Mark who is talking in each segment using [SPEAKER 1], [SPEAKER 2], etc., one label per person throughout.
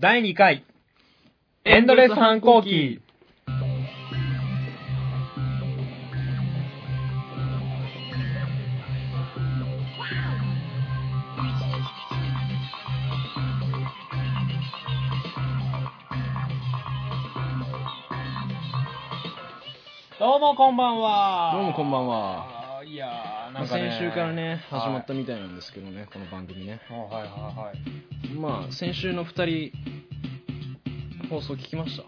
[SPEAKER 1] 第2回、エンドレス反抗期。どうもこんばんは。
[SPEAKER 2] どうもこんばんは
[SPEAKER 1] は。いやー、な
[SPEAKER 2] まあ
[SPEAKER 1] んか、ね、
[SPEAKER 2] 先週からね、
[SPEAKER 1] はい
[SPEAKER 2] 始まったみたいなんですけどね、この番組ね。
[SPEAKER 1] あはいはいはい。
[SPEAKER 2] まあ、先週の2人、放送聞きまし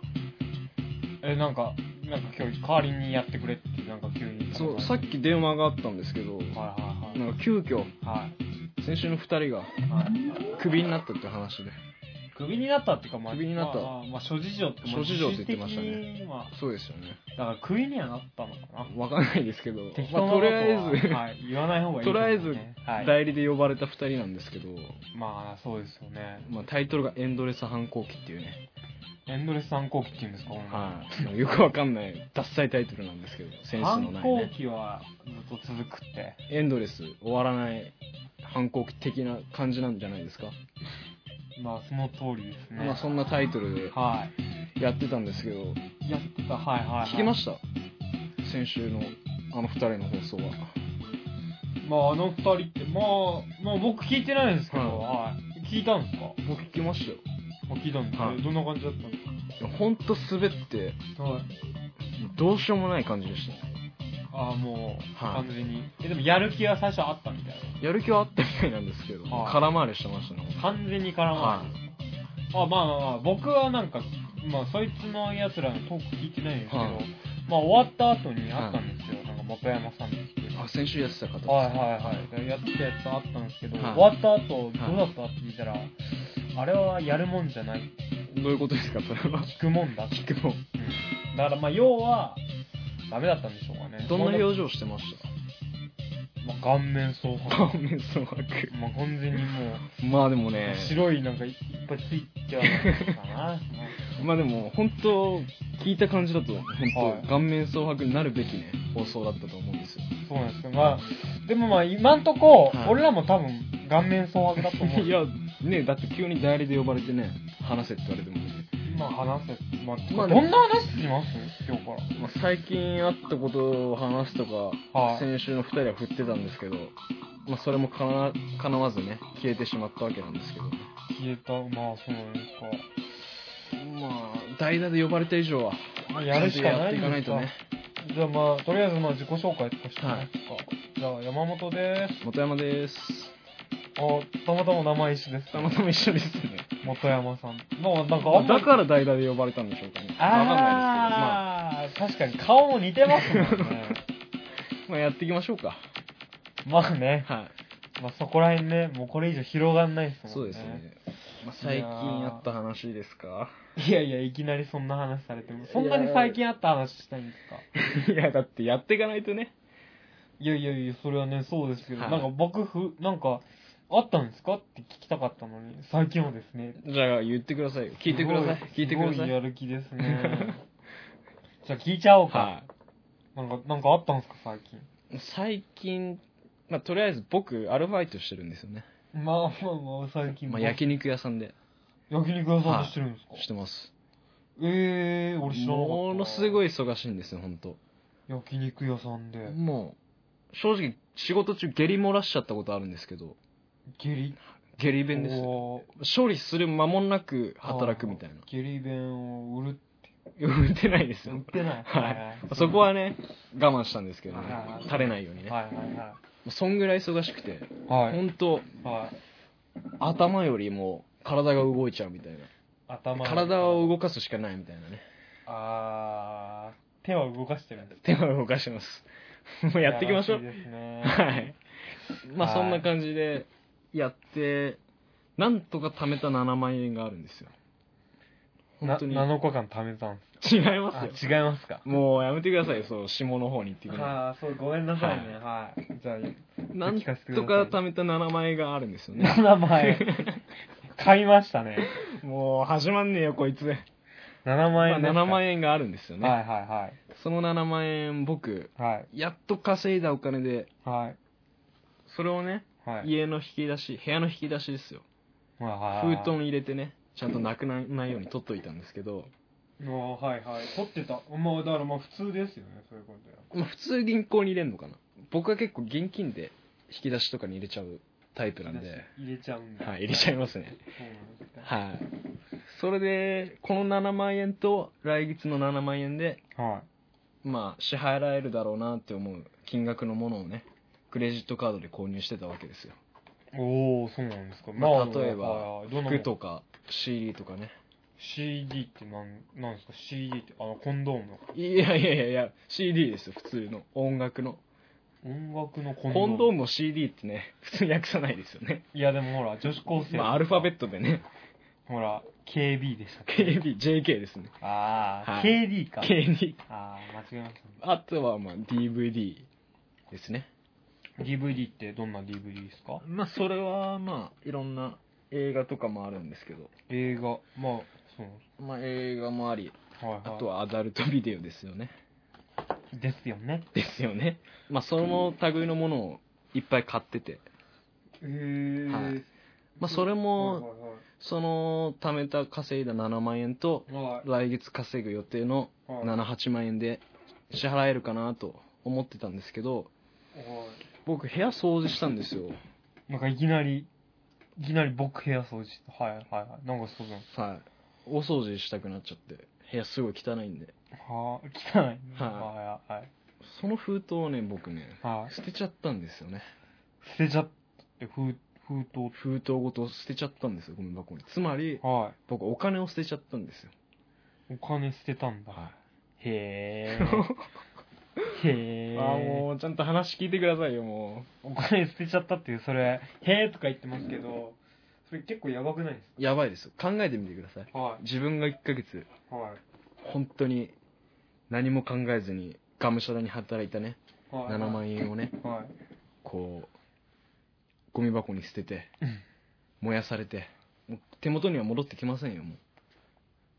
[SPEAKER 1] え、なんか、なんか今日代わりにやってくれって、なんか急に。
[SPEAKER 2] た。そう、さっき電話があったんですけど、
[SPEAKER 1] はいはい
[SPEAKER 2] なんか急遽、
[SPEAKER 1] はい。
[SPEAKER 2] 先週の2人が
[SPEAKER 1] はい。
[SPEAKER 2] クビになったって話で。
[SPEAKER 1] クビになったっていうか、まあ、
[SPEAKER 2] クビになった
[SPEAKER 1] まあ、まあまあ諸事情って、まあ
[SPEAKER 2] 諸事情って言ってましたね
[SPEAKER 1] 実質的にまあ、
[SPEAKER 2] そうですよね。
[SPEAKER 1] だからクビにはなったのかな。
[SPEAKER 2] わかんないですけど
[SPEAKER 1] 適、当
[SPEAKER 2] ま
[SPEAKER 1] な
[SPEAKER 2] あ、
[SPEAKER 1] こと
[SPEAKER 2] と
[SPEAKER 1] は
[SPEAKER 2] りあえず、
[SPEAKER 1] はい、言わない方がいいと
[SPEAKER 2] とり
[SPEAKER 1] 思
[SPEAKER 2] あ
[SPEAKER 1] う
[SPEAKER 2] え
[SPEAKER 1] ね、
[SPEAKER 2] ず
[SPEAKER 1] はい、
[SPEAKER 2] 代理で呼ばれた2人なんですけど、
[SPEAKER 1] まあ、そうですよね。
[SPEAKER 2] まあ、タイトルがエンドレス反抗期っていうね、
[SPEAKER 1] エンドレス反抗期っていうんですか、この
[SPEAKER 2] はい、よくわかんない、ダッサいタイトルなんですけど、センスの
[SPEAKER 1] 反
[SPEAKER 2] ない
[SPEAKER 1] 抗
[SPEAKER 2] ね。
[SPEAKER 1] 期はずっと続くって。
[SPEAKER 2] エンドレス終わらない反抗期的な感じなんじゃないですか、
[SPEAKER 1] まあ、その通りですね。
[SPEAKER 2] まあそんなタイトルで
[SPEAKER 1] は
[SPEAKER 2] やってたんですけど
[SPEAKER 1] い。やってた、はいはい、はい。
[SPEAKER 2] 聞きました先週のあの2人の放送は
[SPEAKER 1] まあ、あの二人って、まあ、まあ僕聞いてないんですけど、
[SPEAKER 2] は
[SPEAKER 1] はい。聞いたんですか
[SPEAKER 2] 僕聞きましたよ
[SPEAKER 1] あ聞いたんです、
[SPEAKER 2] はい
[SPEAKER 1] どんな感じだったんで
[SPEAKER 2] ほんと滑って
[SPEAKER 1] すかはい。
[SPEAKER 2] どうしようもない感じでしたね
[SPEAKER 1] ああ、もう、
[SPEAKER 2] はい
[SPEAKER 1] 完全に。え、でもやる気は最初あったみたい
[SPEAKER 2] やる気はあったみたいなんですけど、
[SPEAKER 1] はい
[SPEAKER 2] 空回りしてましたね
[SPEAKER 1] な。完全に絡まない。あ、まあまあまあ、僕はなんか、まあ、そいつの奴らのトーク聞いてないんですけど、
[SPEAKER 2] はい
[SPEAKER 1] まあ、終わった後にあったんですよ。なんか、元山さんに来て。
[SPEAKER 2] あ先週やってた方ですね
[SPEAKER 1] はいはいはい。やってたやつあったんですけど、
[SPEAKER 2] はい
[SPEAKER 1] 終わった後、どうだったって見たら、あれはやるもんじゃない。
[SPEAKER 2] どういうことです かそれは
[SPEAKER 1] 聞くもんだって。
[SPEAKER 2] 聞くも
[SPEAKER 1] うんだからまあ要はダメだったんでしょうかね
[SPEAKER 2] どんな
[SPEAKER 1] ま
[SPEAKER 2] 表情してまし
[SPEAKER 1] あ顔面相
[SPEAKER 2] た
[SPEAKER 1] 反
[SPEAKER 2] 顔面蒼白
[SPEAKER 1] まあ完全にもう
[SPEAKER 2] まあでもね
[SPEAKER 1] 白いなんかいっぱいついちゃうのかな
[SPEAKER 2] まあでも本当聞いた感じだと本当、
[SPEAKER 1] はい
[SPEAKER 2] 顔面蒼白になるべきね放送だったと思うんですよ
[SPEAKER 1] そうなんですけどまあでもまあ今んとこ、
[SPEAKER 2] はい
[SPEAKER 1] 俺らも多分顔面蒼白だと思う
[SPEAKER 2] いやねだって急に代理で呼ばれてね話せって言われてもね、
[SPEAKER 1] まあ話せまあ、
[SPEAKER 2] まあね
[SPEAKER 1] どんな話します今日から
[SPEAKER 2] まあ、最近あったことを話すとか、
[SPEAKER 1] はい
[SPEAKER 2] 先週の2人は振ってたんですけど、まあ、それもかなかなわずね消えてしまったわけなんですけど
[SPEAKER 1] 消えたまあそうなんです
[SPEAKER 2] まあ代打で呼ばれた以上は
[SPEAKER 1] か、まあ、やるしかない
[SPEAKER 2] ちゃんとやっていかないとね
[SPEAKER 1] じゃあまあとりあえずまあ自己紹介とかしてみますか、じゃあ山本です
[SPEAKER 2] 元山です
[SPEAKER 1] あたまたま名前一緒です
[SPEAKER 2] たまたま一緒ですね
[SPEAKER 1] 元山さんまあなんかあんま
[SPEAKER 2] だから代打で呼ばれたんでしょうかねわかんないで
[SPEAKER 1] ああ、確かに顔も似てますもんね。
[SPEAKER 2] すけどまあ、まあ、やっていきましょうか
[SPEAKER 1] まあね、
[SPEAKER 2] はい
[SPEAKER 1] まあそこら辺ね、もうこれ以上広がんないですもんね。
[SPEAKER 2] そうですね。まあ、最近あった話ですか
[SPEAKER 1] いやいや、いきなりそんな話されても、そんなに最近あった話 したいんですか
[SPEAKER 2] いや、だってやっていかないとね。
[SPEAKER 1] いやいやいや、それはね、そうですけど、
[SPEAKER 2] はい
[SPEAKER 1] なんか僕ふ、なんか、あったんですかって聞きたかったのに、最近はですね。
[SPEAKER 2] じゃあ言ってくださいよ。聞いてください。聞いてくだ
[SPEAKER 1] す
[SPEAKER 2] さ
[SPEAKER 1] ごいや
[SPEAKER 2] い。
[SPEAKER 1] る気ですね。 じゃあ聞いちゃおうか。
[SPEAKER 2] は
[SPEAKER 1] なんか、なんかあったんですか、最近。
[SPEAKER 2] い。最近、まあ、とりあえず僕、アルバイトしてるんですよね。
[SPEAKER 1] まあまあまあ、最近。
[SPEAKER 2] まあ、焼肉屋さんで
[SPEAKER 1] 焼肉屋さんとしてるんですか、
[SPEAKER 2] してます。
[SPEAKER 1] ええー、俺知らなかった。
[SPEAKER 2] ものすご
[SPEAKER 1] い。
[SPEAKER 2] い忙しいんですよ、本当
[SPEAKER 1] 焼肉屋さんで。
[SPEAKER 2] もう、正直、仕事中下痢漏らしちゃったことあるんですけど、
[SPEAKER 1] ゲリ
[SPEAKER 2] 下痢弁です。
[SPEAKER 1] おー
[SPEAKER 2] 勝利する間もなく働くみたいな
[SPEAKER 1] あ。ーゲリ弁を売る、
[SPEAKER 2] 売ってないです
[SPEAKER 1] 売っ
[SPEAKER 2] よ。
[SPEAKER 1] てない。
[SPEAKER 2] はい
[SPEAKER 1] い
[SPEAKER 2] まあそこはね、我慢したんですけどね
[SPEAKER 1] はい。
[SPEAKER 2] 垂れないようにね。
[SPEAKER 1] はいは
[SPEAKER 2] そんぐらい忙しくて、
[SPEAKER 1] いはい。はい。
[SPEAKER 2] 本当
[SPEAKER 1] はい、
[SPEAKER 2] 頭よりも体が動いちゃうみたいな。
[SPEAKER 1] 頭。
[SPEAKER 2] 体を。動かすしかないみた いなね。
[SPEAKER 1] あー、手は動かしてるんです。
[SPEAKER 2] 手を動かしてます。 もうやっていきましょう
[SPEAKER 1] いや。らしいですね。
[SPEAKER 2] はい。ま
[SPEAKER 1] は
[SPEAKER 2] あ
[SPEAKER 1] い
[SPEAKER 2] そんな感じでやって、なんとか貯めた7万円があるんですよ。本当に。
[SPEAKER 1] な7日間貯めたんで
[SPEAKER 2] 違いますよ。
[SPEAKER 1] すあ、違いますか。
[SPEAKER 2] もうやめてくださいよ、そう、下の方に行ってくれ。
[SPEAKER 1] あー、そう、ごめんなさいね。はい。じゃあ、
[SPEAKER 2] なんとか貯めた7万円があるんですよね。
[SPEAKER 1] 7万 円。買いましたね。
[SPEAKER 2] もう始まんねえよ、こいつ。
[SPEAKER 1] 7
[SPEAKER 2] ま
[SPEAKER 1] 万
[SPEAKER 2] あ
[SPEAKER 1] 円ですか。
[SPEAKER 2] 7万
[SPEAKER 1] 円。
[SPEAKER 2] 円があるんですよね。
[SPEAKER 1] はいは
[SPEAKER 2] その7万円、僕、
[SPEAKER 1] いはい。はい。
[SPEAKER 2] やっと稼いだお金で、
[SPEAKER 1] はい。
[SPEAKER 2] それをね、
[SPEAKER 1] はい。
[SPEAKER 2] 家の引き出し、部屋の引き出しですよ。
[SPEAKER 1] まあ
[SPEAKER 2] 封筒に入れてね、ちゃんとなくならないように取っといたんですけど、
[SPEAKER 1] ああはいはい取ってたまあだからまあ普通ですよねそういうことや
[SPEAKER 2] まあ、普通銀行に入れるのかな僕は結構現金で引き出しとかに入れちゃうタイプなんで、
[SPEAKER 1] 入れちゃうんだ
[SPEAKER 2] はい、入れちゃい
[SPEAKER 1] ま
[SPEAKER 2] ますね
[SPEAKER 1] す、そうなんですね
[SPEAKER 2] はい、それでこの7万円と来月の7万円で
[SPEAKER 1] は
[SPEAKER 2] まあ支払えるだろうなって思う金額のものをねクレジットカードで購入してたわけですよ、
[SPEAKER 1] い、おおそうなんですか
[SPEAKER 2] まあ、例えば
[SPEAKER 1] はいどんなもん
[SPEAKER 2] 服とか CD とかね
[SPEAKER 1] CD ってなんなんですか CD ってあのコンドームの
[SPEAKER 2] いやいやいやいや CD ですよ普通の音楽の
[SPEAKER 1] 音楽のコンドー
[SPEAKER 2] コ
[SPEAKER 1] ム
[SPEAKER 2] ンドームを CD ってね普通に訳さないですよ ね、
[SPEAKER 1] いやでもほら女子高生
[SPEAKER 2] まあ、アルファベ
[SPEAKER 1] ト
[SPEAKER 2] ットでね
[SPEAKER 1] ほら KB でしたっけ
[SPEAKER 2] KBJK ですね
[SPEAKER 1] ああ、
[SPEAKER 2] はい
[SPEAKER 1] KD か
[SPEAKER 2] K2
[SPEAKER 1] ああ間違えました
[SPEAKER 2] あとはまあ DVD ですね
[SPEAKER 1] DVD ってどんな DVD ですか
[SPEAKER 2] まあそれはまあいろんな映画とかもあるんですけど、
[SPEAKER 1] 映画まあそう
[SPEAKER 2] まあ、映画もあり
[SPEAKER 1] はいはい
[SPEAKER 2] あとはアダルトビデオですよね
[SPEAKER 1] ですよね
[SPEAKER 2] ですよねまあその類のものをいっぱい買ってて、
[SPEAKER 1] へえ
[SPEAKER 2] はいまあ、それもその貯めた稼いだ7万円と
[SPEAKER 1] はいはいはい
[SPEAKER 2] 来月稼ぐ予定の
[SPEAKER 1] はいはい
[SPEAKER 2] 78万円で支払えるかなと思ってたんですけど
[SPEAKER 1] は
[SPEAKER 2] 僕部屋掃除したんですよ
[SPEAKER 1] いなんかいきなりいきなり僕部屋掃除してはいはいはいなんかそうだ
[SPEAKER 2] はいお掃除したくなっちゃって部屋すごい汚いんで
[SPEAKER 1] はあ汚いね
[SPEAKER 2] は
[SPEAKER 1] はいはい
[SPEAKER 2] その封筒をね僕ね
[SPEAKER 1] はい
[SPEAKER 2] 捨てちゃったんですよね
[SPEAKER 1] 捨てちゃって封封筒
[SPEAKER 2] 封筒ごと捨てちゃったんですよゴミ箱につまり
[SPEAKER 1] は
[SPEAKER 2] 僕お金を捨てちゃったんですよ
[SPEAKER 1] いお金捨てたんだ
[SPEAKER 2] は
[SPEAKER 1] へえ
[SPEAKER 2] い
[SPEAKER 1] へえ
[SPEAKER 2] あーもうちゃんと話聞いてくださいよも
[SPEAKER 1] お金捨てちゃったっていうそれ「へえ」とか言ってますけどそれ結構やばくないです
[SPEAKER 2] うやばいですよ考えてみてください
[SPEAKER 1] かはい
[SPEAKER 2] 自分が1ヶ月
[SPEAKER 1] は
[SPEAKER 2] 本当に何も考えずにがむしゃらに働いたね
[SPEAKER 1] いはい
[SPEAKER 2] 7万円をね
[SPEAKER 1] はい
[SPEAKER 2] こうゴミ箱に捨てて
[SPEAKER 1] うん
[SPEAKER 2] 燃やされてもう手元には戻ってきませんよも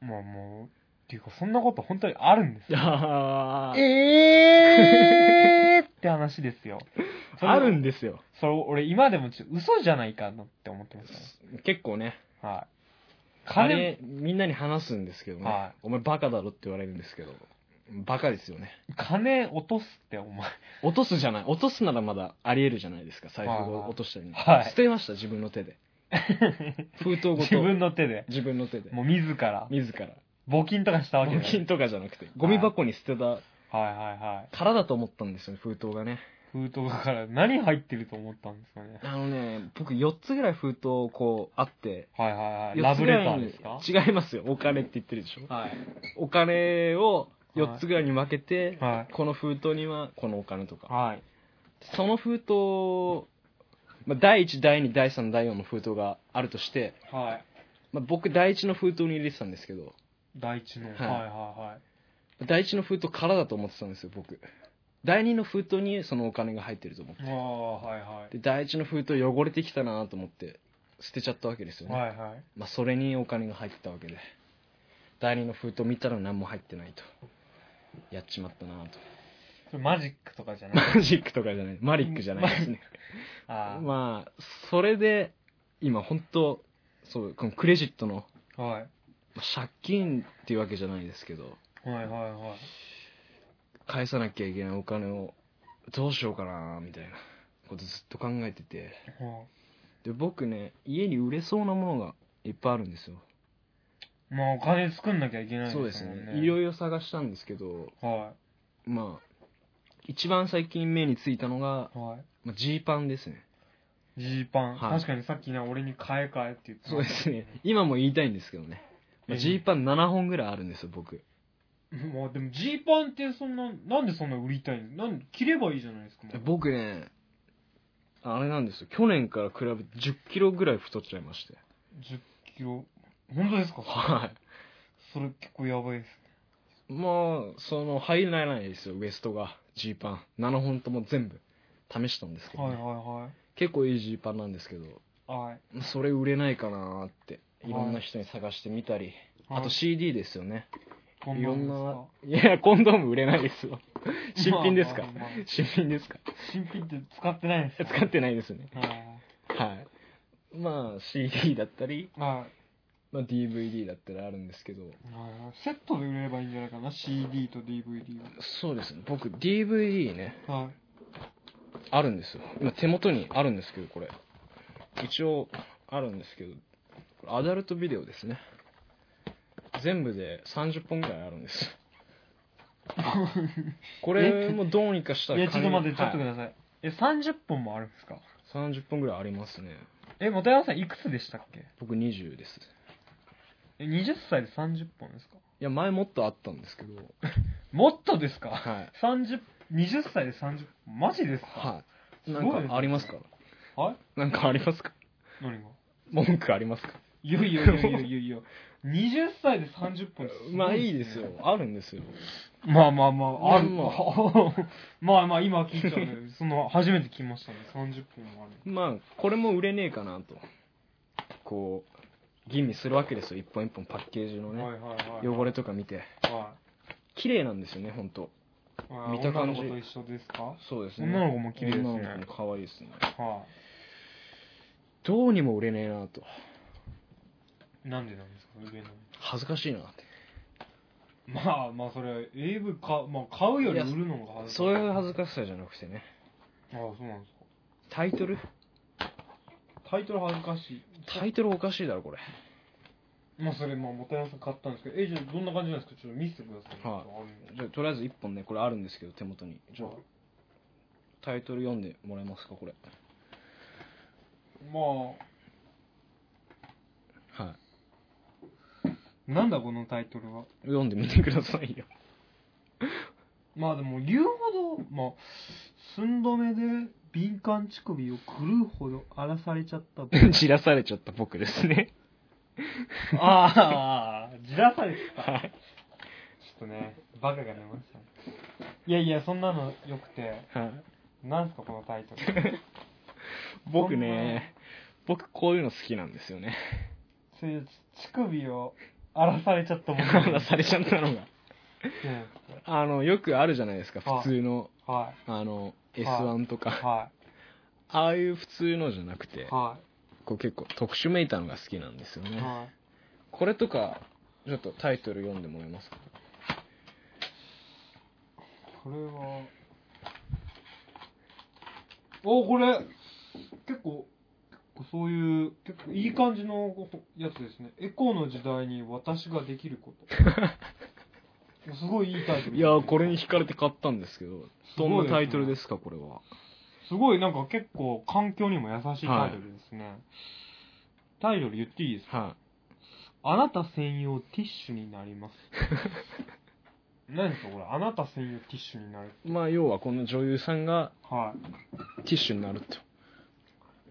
[SPEAKER 2] う
[SPEAKER 1] まあもうっていうかそんなこと本当にあるんですよ
[SPEAKER 2] あ
[SPEAKER 1] ええーって話ですよそれ
[SPEAKER 2] あるんですよ
[SPEAKER 1] それ俺今でもちょっと嘘じゃないかなって思ってますね
[SPEAKER 2] 結構ね
[SPEAKER 1] はい
[SPEAKER 2] あ
[SPEAKER 1] 金
[SPEAKER 2] れみんなに話すんですけどね、
[SPEAKER 1] は
[SPEAKER 2] お前バカだろって言われるんですけどバカですよね
[SPEAKER 1] 金落とすってお前
[SPEAKER 2] 落とすじゃない落とすならまだありえるじゃないですか財布
[SPEAKER 1] はいは
[SPEAKER 2] を
[SPEAKER 1] い
[SPEAKER 2] 落としたり、
[SPEAKER 1] はい
[SPEAKER 2] 捨てました自分 の手で封筒ごと
[SPEAKER 1] 自分の手で
[SPEAKER 2] 自分の手で
[SPEAKER 1] もう自ら
[SPEAKER 2] 自ら
[SPEAKER 1] 募金とかしたわけ
[SPEAKER 2] 募
[SPEAKER 1] じゃ
[SPEAKER 2] 金とかじゃなくてゴミ箱に捨てた
[SPEAKER 1] はいはいはい
[SPEAKER 2] からだと思ったんですよね封筒がね
[SPEAKER 1] 封筒から何入ってると思ったんですかね
[SPEAKER 2] あのね僕4つぐらい封筒こうあって
[SPEAKER 1] はいはいはい
[SPEAKER 2] 4
[SPEAKER 1] ラ
[SPEAKER 2] つ
[SPEAKER 1] ブ
[SPEAKER 2] ぐ
[SPEAKER 1] レ
[SPEAKER 2] らい
[SPEAKER 1] ター
[SPEAKER 2] に
[SPEAKER 1] ですか
[SPEAKER 2] 違いますよお金って言ってるでしょ
[SPEAKER 1] はい
[SPEAKER 2] お金を4つぐらいに分けて、
[SPEAKER 1] は
[SPEAKER 2] この封筒にはこのお金と
[SPEAKER 1] い
[SPEAKER 2] か、
[SPEAKER 1] はい
[SPEAKER 2] その封筒を、まあ、第1第2第3第4の封筒があるとして、
[SPEAKER 1] はい
[SPEAKER 2] まあ、僕第1の封筒に入れてたんですけど
[SPEAKER 1] 第一の、
[SPEAKER 2] い
[SPEAKER 1] はい、はいはい
[SPEAKER 2] 第1の封筒からだと思ってたんですよ僕第2の封筒にそのお金が入ってると思って
[SPEAKER 1] ああはいはい
[SPEAKER 2] で第1の封筒汚れてきたなと思って捨てちゃったわけですよね、
[SPEAKER 1] はいはい
[SPEAKER 2] まあ、それにお金が入ってたわけで第2の封筒見たら何も入ってないとやっちまったなと
[SPEAKER 1] それマジックとかじゃない
[SPEAKER 2] マジックとかじゃない。マリックじゃないですね。
[SPEAKER 1] あ
[SPEAKER 2] まあ、それで、今本当そう、このクレジットの、
[SPEAKER 1] あはい
[SPEAKER 2] まあ借金っていうわけじゃないですけど、
[SPEAKER 1] はいはいはい
[SPEAKER 2] 返さなきゃいけないお金をどうしようかな、みたいなことずっと考えてて。
[SPEAKER 1] は
[SPEAKER 2] で、僕ね、家に売れそうなものがいっぱいあるんですよ。
[SPEAKER 1] あまあお金作んなきゃいけない
[SPEAKER 2] そう
[SPEAKER 1] で
[SPEAKER 2] です
[SPEAKER 1] すもん
[SPEAKER 2] ね。いろいろ探したんですけど、
[SPEAKER 1] は
[SPEAKER 2] まあ、一番最近目についたのが、
[SPEAKER 1] いはい
[SPEAKER 2] まあジーパンですね。
[SPEAKER 1] ジーパン、
[SPEAKER 2] はい
[SPEAKER 1] 確かにさっきな俺に買え買えって言って
[SPEAKER 2] そう
[SPEAKER 1] ま
[SPEAKER 2] で
[SPEAKER 1] し
[SPEAKER 2] すね。今も言いたいんですけどね。まあジーパン7本ぐらいあるんですよ、僕。
[SPEAKER 1] たまあでもジーパンってそんななんでそんな売りたいのなん着ればいいじゃないですかもう
[SPEAKER 2] 僕ね、あれなんですよ。去年から比べて10キロぐらい太っちゃいまして。
[SPEAKER 1] 10キロ本当ですか
[SPEAKER 2] はい。
[SPEAKER 1] それ結構やばいです
[SPEAKER 2] まあ、その、入らないですよ、ウエストが。ジーパン。7本とも全部試したんですけど、
[SPEAKER 1] はい
[SPEAKER 2] ね
[SPEAKER 1] はいは
[SPEAKER 2] 結構いいジーパンなんですけど、
[SPEAKER 1] いはい
[SPEAKER 2] それ売れないかなーって、いろんな人に探してみたり。あと CD ですよね。
[SPEAKER 1] こ
[SPEAKER 2] いろん
[SPEAKER 1] です
[SPEAKER 2] な
[SPEAKER 1] か。
[SPEAKER 2] いや、コンドーム売れないで すよ。新品ですか
[SPEAKER 1] まあまあまあ
[SPEAKER 2] 新品ですか
[SPEAKER 1] 新品って使ってないんですか
[SPEAKER 2] 使ってないですね。
[SPEAKER 1] はい
[SPEAKER 2] はい。まあ、CD だったり、
[SPEAKER 1] は
[SPEAKER 2] まあ、DVD だったらあるんですけど
[SPEAKER 1] あーセットで売れればいいんじゃないかな CD と DVD
[SPEAKER 2] そうですね僕 DVD ね
[SPEAKER 1] をはい
[SPEAKER 2] あるんですよ今手元にあるんですけどこれ一応あるんですけどこれアダルトビデオですね全部で30本ぐらいあるんです よこれもどうにかした
[SPEAKER 1] い
[SPEAKER 2] ら
[SPEAKER 1] やちょっと待ってちょっとく
[SPEAKER 2] はい
[SPEAKER 1] ださい、え30本もあるんですか
[SPEAKER 2] 30本ぐらいありますね
[SPEAKER 1] え元山さんいくつでしたっけ
[SPEAKER 2] 僕20です
[SPEAKER 1] え20歳で30本ですか
[SPEAKER 2] いや前もっとあったんですけど
[SPEAKER 1] もっとですか、
[SPEAKER 2] はい
[SPEAKER 1] 30 20歳で30本マジですか
[SPEAKER 2] は
[SPEAKER 1] す
[SPEAKER 2] いな
[SPEAKER 1] ごい
[SPEAKER 2] んかありますか
[SPEAKER 1] はい
[SPEAKER 2] なんかありますか
[SPEAKER 1] 何が
[SPEAKER 2] 文句ありますか
[SPEAKER 1] いやいやいやいやいや いや20歳で30本ってごね
[SPEAKER 2] まあいいですよあるんですよ
[SPEAKER 1] まあまあまあある
[SPEAKER 2] ま
[SPEAKER 1] ま
[SPEAKER 2] あ
[SPEAKER 1] あ、 まあまあ今聞いた ねその初めて聞きましたね30本もある
[SPEAKER 2] まあこれも売れねえかなとこう吟味するわけですよ一本一本パッケージのね、
[SPEAKER 1] はいはいはい
[SPEAKER 2] 汚れとか見て
[SPEAKER 1] は
[SPEAKER 2] 綺麗なんですよね本当
[SPEAKER 1] いはい
[SPEAKER 2] 見た感じ
[SPEAKER 1] 女の子と一緒ですか
[SPEAKER 2] そうですね
[SPEAKER 1] 女の子も綺麗ですね
[SPEAKER 2] 女の子も可愛いですね
[SPEAKER 1] は
[SPEAKER 2] どうにも売れねえなと
[SPEAKER 1] いなんでなんですか上の
[SPEAKER 2] 恥ずかしいなって
[SPEAKER 1] まあまあそれは AV か、まあ、買うより売るのが恥ずかしい
[SPEAKER 2] そういう恥ずかしさじゃなくてね
[SPEAKER 1] ああそうなんですか
[SPEAKER 2] タイトル
[SPEAKER 1] タイトル恥ずかしい
[SPEAKER 2] タイトルおかしいだろこれ
[SPEAKER 1] まあそれまあもたやさん買ったんですけどえじゃあどんな感じなんですかちょっと見せてください
[SPEAKER 2] はい
[SPEAKER 1] あるんで
[SPEAKER 2] じゃあとりあえず一本ねこれあるんですけど手元にじゃあ
[SPEAKER 1] はい
[SPEAKER 2] タイトル読んでもらえますかこれ
[SPEAKER 1] ま
[SPEAKER 2] はい
[SPEAKER 1] あなんだこのタイトルは
[SPEAKER 2] 読んでみてくださいよ
[SPEAKER 1] まあでも言うほど、まあ、寸止めで敏感乳首を狂うほど荒らされちゃった僕
[SPEAKER 2] じらされちゃった僕ですね
[SPEAKER 1] ああ、じらされてた。ちょ
[SPEAKER 2] はい
[SPEAKER 1] っとね、バカが出ましたね。いやいや、そんなの良くて、
[SPEAKER 2] はい
[SPEAKER 1] なんすかこのタイト ル。
[SPEAKER 2] 僕ね、僕こういうの好きなんですよね。
[SPEAKER 1] そういう乳首を荒らされちゃった僕。
[SPEAKER 2] 話されちゃったのが。
[SPEAKER 1] うん
[SPEAKER 2] あの、よくあるじゃないですか、
[SPEAKER 1] はい
[SPEAKER 2] 普通の、
[SPEAKER 1] は
[SPEAKER 2] あの、
[SPEAKER 1] い
[SPEAKER 2] S1 と
[SPEAKER 1] い、
[SPEAKER 2] か。
[SPEAKER 1] は
[SPEAKER 2] ああいう普通のじゃなくて
[SPEAKER 1] い、、は
[SPEAKER 2] こう結構特殊めいたのが好きなんですよ
[SPEAKER 1] い、
[SPEAKER 2] ね。
[SPEAKER 1] はい。
[SPEAKER 2] これとか、ちょっとタイトル読んでもらえますか
[SPEAKER 1] これは。お、これ、結構、結構そういう、結構いい感じのやつですね。エコーの時代に私ができること。すごいいいタイトル。
[SPEAKER 2] いやー、これに惹かれて買ったんですけど、
[SPEAKER 1] す
[SPEAKER 2] ど
[SPEAKER 1] ごいで
[SPEAKER 2] ん
[SPEAKER 1] すね
[SPEAKER 2] なタイトルですか、これは。
[SPEAKER 1] すごいなんか結構環境にも優しいタイトルですね。タイトル言っていいですか
[SPEAKER 2] は
[SPEAKER 1] あなた専用ティッシュになります。何ですかこれ、あなた専用ティッシュになる。
[SPEAKER 2] い。まあ、要はこの女優さんが
[SPEAKER 1] はい。
[SPEAKER 2] ティッシュになると。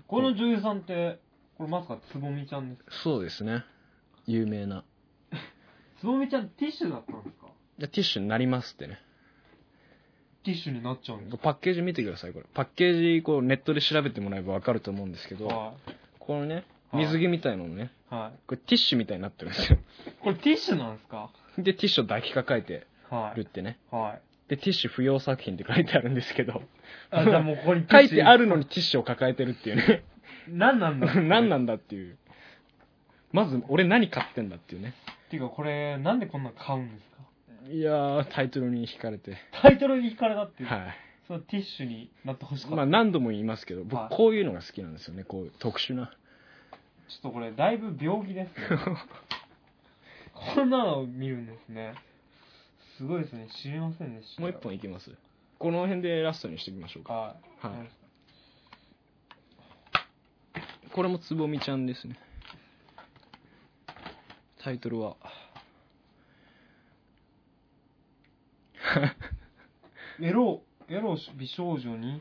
[SPEAKER 1] この女優さんって、これまさかつぼみちゃんですか
[SPEAKER 2] そうですね。有名な。
[SPEAKER 1] つぼみちゃんティッシュだったんですか
[SPEAKER 2] いやティッシュになりますってね。
[SPEAKER 1] ティッシュになっちゃうんです
[SPEAKER 2] パッケージ見てください、これ。パッケージ、こう、ネットで調べてもらえばわかると思うんですけ
[SPEAKER 1] か
[SPEAKER 2] ど、
[SPEAKER 1] は
[SPEAKER 2] このね、
[SPEAKER 1] はい
[SPEAKER 2] 水着みたいなのね、
[SPEAKER 1] い。は
[SPEAKER 2] これティッシュみたいになってる んですよ。
[SPEAKER 1] い。これティッシュなんですか
[SPEAKER 2] で、ティッシュを抱きかかえて
[SPEAKER 1] は
[SPEAKER 2] るっ。てね。
[SPEAKER 1] はい。
[SPEAKER 2] で、ティッシュ不要作品って書いてあるんで すけど、
[SPEAKER 1] あ、じゃあもうここに
[SPEAKER 2] 書いてあるの
[SPEAKER 1] に。
[SPEAKER 2] にティッシュを抱えてるってい うね。
[SPEAKER 1] 何なんだ
[SPEAKER 2] 何なんんだっていう。まず、俺何買ってんだっていうね。
[SPEAKER 1] ていうかこれ、なんでこんなの買うんですか
[SPEAKER 2] いやー、タイトルに惹かれて。
[SPEAKER 1] タイトルに惹かれたっていう。
[SPEAKER 2] は
[SPEAKER 1] そのティッシュになってほしかっ
[SPEAKER 2] い。
[SPEAKER 1] た。
[SPEAKER 2] まあ、何度も言いますけど、
[SPEAKER 1] は
[SPEAKER 2] 僕、
[SPEAKER 1] い
[SPEAKER 2] こういうのが好きなんですよね。こう、特 殊な。
[SPEAKER 1] ちょっとこれ、だいぶ病気です ね。こんなのを見るんですね。すごいですね。知りませんでした。
[SPEAKER 2] もう一本いきます。この辺でラストにしていきましょうか。
[SPEAKER 1] はい。
[SPEAKER 2] はいこれもつぼみちゃんですねタイトルは
[SPEAKER 1] エロ、エロ美少女に、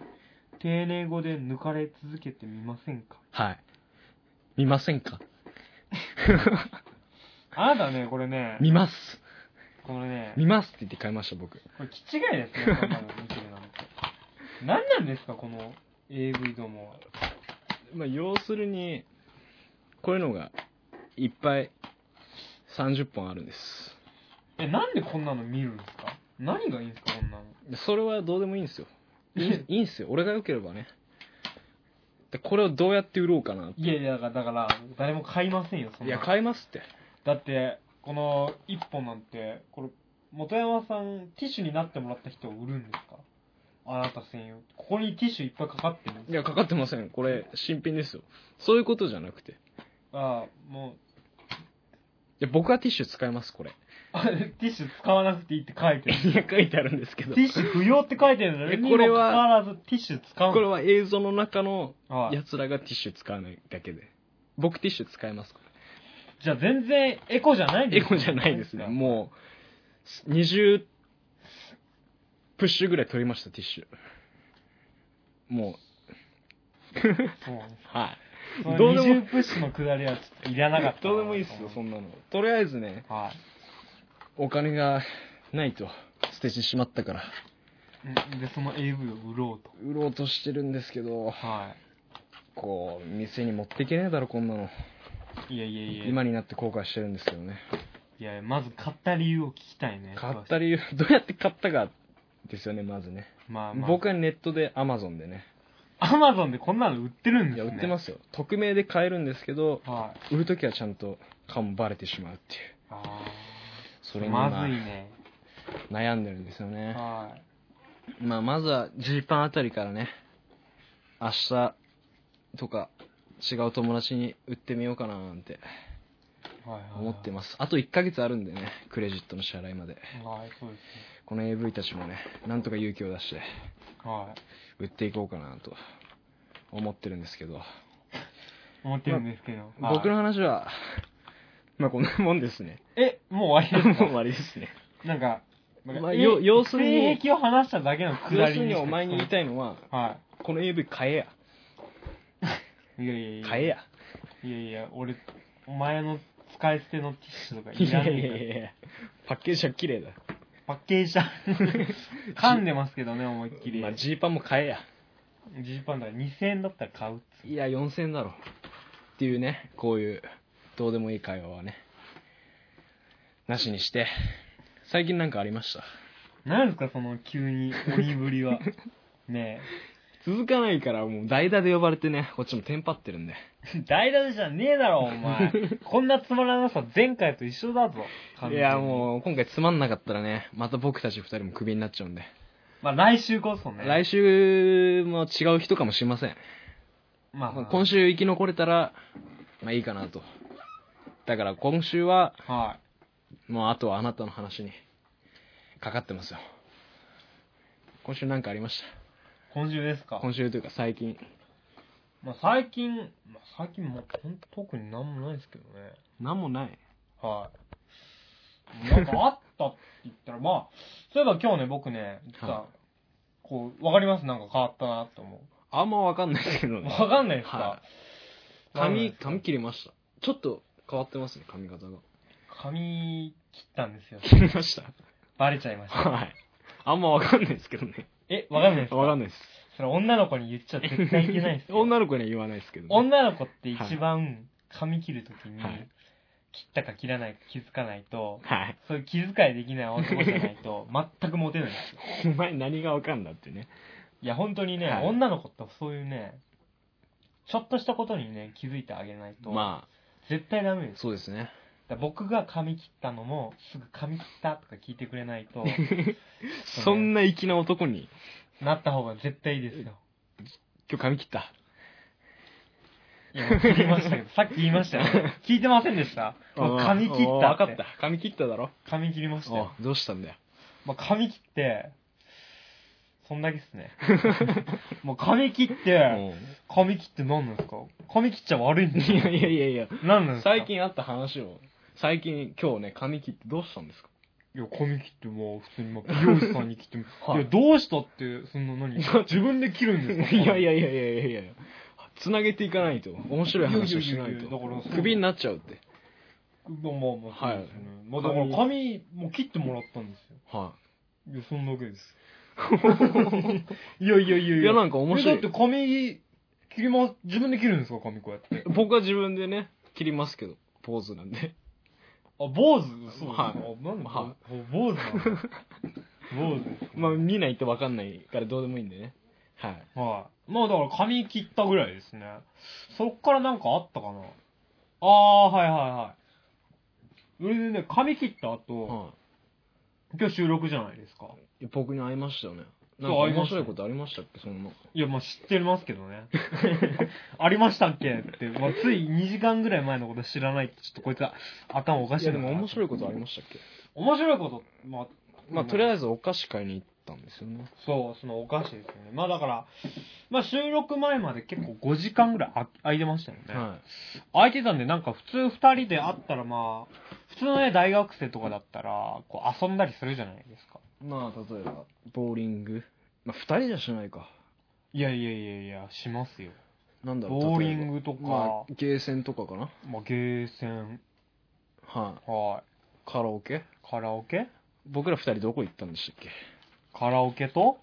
[SPEAKER 1] 丁寧語で抜かれ続けてみませんか
[SPEAKER 2] はい見ませんか
[SPEAKER 1] あなたね、これね、
[SPEAKER 2] 見ます
[SPEAKER 1] これね、
[SPEAKER 2] 見ますって言って買いました僕
[SPEAKER 1] これ、気違いですね、こんなの見てるなんて。何なんですか、この AV どもは。
[SPEAKER 2] まあ要するにこういうのがいっぱい30本あるんです
[SPEAKER 1] え、なんでこんなの見るんですか何がいいんですか、こんなの。
[SPEAKER 2] それはどうでもいいんですよいいいいんですよ俺が良ければねでこれをどうやって売ろうかなって
[SPEAKER 1] いやいや、だから、誰も買いませんよ、そん
[SPEAKER 2] い
[SPEAKER 1] な。
[SPEAKER 2] や買いますって
[SPEAKER 1] だって、この一本なんて、これ、元山さん、ティッシュになってもらった人を売るんですかあなた専用。ここにティッシュいっぱいかかってるんです
[SPEAKER 2] いやかかってませんこれ新品ですよそういうことじゃなくてい
[SPEAKER 1] ああ、もう、
[SPEAKER 2] や僕はティッシュ使いますこれ
[SPEAKER 1] あティッシュ使わなくていいって書いて る。
[SPEAKER 2] いや書いてあるんですけど
[SPEAKER 1] ティッシュ不要って書いてるの
[SPEAKER 2] え
[SPEAKER 1] に
[SPEAKER 2] これ
[SPEAKER 1] も
[SPEAKER 2] は
[SPEAKER 1] かかわらずティッシュ使うの
[SPEAKER 2] これは映像の中の
[SPEAKER 1] はい
[SPEAKER 2] やつらがティッシュ使わないだけで僕ティッシュ使いますこ
[SPEAKER 1] じゃあ全然エコじゃないん
[SPEAKER 2] れエ
[SPEAKER 1] です
[SPEAKER 2] コじゃないですねもう20プッシュぐらい取りましたティッシュもう
[SPEAKER 1] そうね
[SPEAKER 2] はい
[SPEAKER 1] その
[SPEAKER 2] どうでも
[SPEAKER 1] 20プッシュの下りはちょっといらなかったな。
[SPEAKER 2] どうでもいいっすよそんなのとりあえずね
[SPEAKER 1] はい。
[SPEAKER 2] お金がないと捨ててしまったから
[SPEAKER 1] うんで、その AV を売ろうと。
[SPEAKER 2] 売ろうとしてるんですけど
[SPEAKER 1] は
[SPEAKER 2] こう店に持っていけねえだろこんなの
[SPEAKER 1] い。いやいやいや。
[SPEAKER 2] 今になって後悔してるんですけどね
[SPEAKER 1] いや、まず買った理由を聞きたいね。
[SPEAKER 2] 買った理由どうやって買ったかですよねまずね
[SPEAKER 1] まあ、まあ、
[SPEAKER 2] 僕はネットでアマゾンでね
[SPEAKER 1] アマゾンでこんなの売ってるん
[SPEAKER 2] い
[SPEAKER 1] で
[SPEAKER 2] や
[SPEAKER 1] す
[SPEAKER 2] 売
[SPEAKER 1] ね。
[SPEAKER 2] ってますよ匿名で買えるんですけど
[SPEAKER 1] はい。
[SPEAKER 2] 売るときはちゃんと顔もバレてしまうっていう
[SPEAKER 1] あ
[SPEAKER 2] そ
[SPEAKER 1] ー
[SPEAKER 2] れに
[SPEAKER 1] まずい
[SPEAKER 2] 今
[SPEAKER 1] ね。
[SPEAKER 2] 悩んでるんですよね
[SPEAKER 1] はい。
[SPEAKER 2] まあまずはジーパンあたりからね明日とか違う友達に売ってみようかななんて
[SPEAKER 1] はいはいはい、
[SPEAKER 2] 思ってますあと1ヶ月あるんでねクレジットの支払いまで
[SPEAKER 1] はい、そうです
[SPEAKER 2] この AV たちもねなんとか勇気を出して
[SPEAKER 1] ね。は
[SPEAKER 2] 売っていこうかなと思ってるんですけど
[SPEAKER 1] い。思ってるんですけど。はい
[SPEAKER 2] 僕の話はまあこんなもんですね
[SPEAKER 1] え、もう終わ
[SPEAKER 2] も
[SPEAKER 1] りで
[SPEAKER 2] う
[SPEAKER 1] すか
[SPEAKER 2] 終わりですね
[SPEAKER 1] なんか、なん
[SPEAKER 2] ま
[SPEAKER 1] か
[SPEAKER 2] あ
[SPEAKER 1] え
[SPEAKER 2] よ要するに
[SPEAKER 1] 性癖を話しただけのくだ
[SPEAKER 2] 要す
[SPEAKER 1] り
[SPEAKER 2] る
[SPEAKER 1] にし
[SPEAKER 2] に
[SPEAKER 1] か
[SPEAKER 2] お前に言いたいのは
[SPEAKER 1] は
[SPEAKER 2] この AV 買えや
[SPEAKER 1] い。いやいやいや。
[SPEAKER 2] 買えや
[SPEAKER 1] いやいや、俺、お前の使い捨てのティッシュとか
[SPEAKER 2] い
[SPEAKER 1] いら
[SPEAKER 2] や
[SPEAKER 1] ないい
[SPEAKER 2] やいやいやパッケージは綺麗だ
[SPEAKER 1] パッケージは 噛んでますけどね、思いっきり。
[SPEAKER 2] まあジーパンも買えや
[SPEAKER 1] ジーパンだから2000円だったら買うっつう
[SPEAKER 2] いや、4000円だろ。っていうね、こういう、どうでもいい会話はね、なしにして、最近なんかありました。
[SPEAKER 1] 何ですかその急に鬼ぶり はね
[SPEAKER 2] 続かないから、もう代打で呼ばれてね、こっちもテンパってるんで。
[SPEAKER 1] え大丈夫じゃねえだろお前こんなつまらなさ前回と一緒だぞ完全
[SPEAKER 2] い
[SPEAKER 1] に
[SPEAKER 2] や、もう、今回つまんなかったらね、また僕たち二人もクビになっちゃうんで。
[SPEAKER 1] まあ来週こそね
[SPEAKER 2] 来週も違う人かもしれません。
[SPEAKER 1] ま
[SPEAKER 2] まあ
[SPEAKER 1] あ
[SPEAKER 2] 今
[SPEAKER 1] 週
[SPEAKER 2] 週生き残れたら、まあいいかなと。だから今週は、
[SPEAKER 1] は
[SPEAKER 2] もうあとはあなたの話にかかってますよ。今週なんかありました
[SPEAKER 1] い今週ですか、
[SPEAKER 2] 今週というか最近
[SPEAKER 1] まあ、最近、まあ、最近もうほん特になんもないですけどね
[SPEAKER 2] なんもない
[SPEAKER 1] はいなんかあったって言ったらまあそういえば今日ね僕ね実は、
[SPEAKER 2] はい
[SPEAKER 1] こうわかりますなんか変わったなって思
[SPEAKER 2] あんまわかんないですけど
[SPEAKER 1] う
[SPEAKER 2] ね
[SPEAKER 1] わかんないですか、
[SPEAKER 2] はい髪髪切りましたちょっと変わってますね髪型が
[SPEAKER 1] 髪切ったんですよ
[SPEAKER 2] 切りました
[SPEAKER 1] バレちゃいました
[SPEAKER 2] はいあんまわかんないですけどね
[SPEAKER 1] え、わかんないです
[SPEAKER 2] わか
[SPEAKER 1] か
[SPEAKER 2] んないです
[SPEAKER 1] それ女の子に言っちゃ絶対いけないですよ。
[SPEAKER 2] 女の子には言わないですけど、ね、
[SPEAKER 1] 女の子って一番髪切るときに
[SPEAKER 2] はい、
[SPEAKER 1] 切ったか切らないか気づかないと、
[SPEAKER 2] はい
[SPEAKER 1] そういう気遣いできない男じゃない と、全くモテないんですよ。
[SPEAKER 2] お前何がわかんだってね
[SPEAKER 1] いや、本当にね、
[SPEAKER 2] はい
[SPEAKER 1] 女の子ってそういうね、ちょっとしたことにね、気づいてあげないと、
[SPEAKER 2] ま
[SPEAKER 1] 絶対ダメで
[SPEAKER 2] あ
[SPEAKER 1] す。
[SPEAKER 2] そうですね
[SPEAKER 1] だから僕が髪切ったのも、すぐ髪切ったとか聞いてくれない と、
[SPEAKER 2] そんな粋な男に
[SPEAKER 1] なった方が絶対いいですよ。
[SPEAKER 2] 今日髪切った
[SPEAKER 1] いや、もう切りましたけ ど、さっき言いましたよね。聞いてませんでしたもう髪切ったって。
[SPEAKER 2] わかった髪切っただろ
[SPEAKER 1] 髪切りましたよ。
[SPEAKER 2] おどうしたんだよ
[SPEAKER 1] まあ、髪切って、そんだけっす ね。もう髪切って、
[SPEAKER 2] うん
[SPEAKER 1] 髪切って何なんですか髪切っちゃ悪いんです
[SPEAKER 2] い
[SPEAKER 1] よ
[SPEAKER 2] や。いやいやいや
[SPEAKER 1] 何なんですか
[SPEAKER 2] 最。近あった話を最近今日ね髪切ってどうしたんですか
[SPEAKER 1] いや、髪切ってもう普通に、まあ、美容師さんに切っても、
[SPEAKER 2] はい
[SPEAKER 1] い、や、どうしたって、そんな何自分で切るんですか
[SPEAKER 2] いやい
[SPEAKER 1] や。
[SPEAKER 2] やいやいやいやいやつなげていかないと面白い話をしない
[SPEAKER 1] いやいやいやいやだからそ
[SPEAKER 2] と
[SPEAKER 1] う
[SPEAKER 2] クビになっちゃうって
[SPEAKER 1] まあまあまあ、そうですね。まあだから髪、もう切ってもらったんですよ。
[SPEAKER 2] はい
[SPEAKER 1] や、そんだけ です。いやいやいや
[SPEAKER 2] いいやなんか面白
[SPEAKER 1] えだ
[SPEAKER 2] い
[SPEAKER 1] って髪切ります自分で切るんですか髪こうやって
[SPEAKER 2] 僕は自分でね切りますけどポーズなんで
[SPEAKER 1] あ坊主そう
[SPEAKER 2] はい
[SPEAKER 1] あなんだ、
[SPEAKER 2] は
[SPEAKER 1] 坊主なの坊主です
[SPEAKER 2] まあ見ないと分かんないからどうでもいいんでねはい。
[SPEAKER 1] はい。まあだから髪切ったぐらいですね。そっからなんかあったかな。ああー、はいはいはい。それでね、髪切った後、
[SPEAKER 2] は
[SPEAKER 1] 今日収録じゃないですか。
[SPEAKER 2] いや。僕に会いましたよね。なんか
[SPEAKER 1] そう会いま
[SPEAKER 2] 面
[SPEAKER 1] した
[SPEAKER 2] 白いことありましたっけその、
[SPEAKER 1] いや、まあ知ってますけどね。 ありましたっけって、まあ、つい2時間ぐらい前のこと知らないと、ちょっとこいつは頭おかし
[SPEAKER 2] い
[SPEAKER 1] い
[SPEAKER 2] や
[SPEAKER 1] の
[SPEAKER 2] で
[SPEAKER 1] かな
[SPEAKER 2] も面白いことありましたっけ
[SPEAKER 1] 面白いこと、まあ、
[SPEAKER 2] まあ、とりあえずお菓子買いに行ったんですよね。
[SPEAKER 1] そう、そのお菓子ですよね。まあだから、まあ収録前まで結構5時間ぐらいあ空いてましたよね。
[SPEAKER 2] は
[SPEAKER 1] 空いてたんで、なんか普通2人で会ったらまあ、普通のね、大学生とかだったら、こう遊んだりするじゃないですか。
[SPEAKER 2] い。まあ、例えば、ボーリング。まあ、二人じゃしないか。
[SPEAKER 1] いやいやいやいや、しますよ。
[SPEAKER 2] なんだろう。
[SPEAKER 1] ボーリ
[SPEAKER 2] グ
[SPEAKER 1] ングとか、
[SPEAKER 2] まあ、ゲーセンとかかな。
[SPEAKER 1] まあ、ゲーセン、
[SPEAKER 2] は。
[SPEAKER 1] はい
[SPEAKER 2] カラオケ
[SPEAKER 1] い。カラオケ
[SPEAKER 2] 僕ら二人どこ行ったんでしたっけ
[SPEAKER 1] カラオケと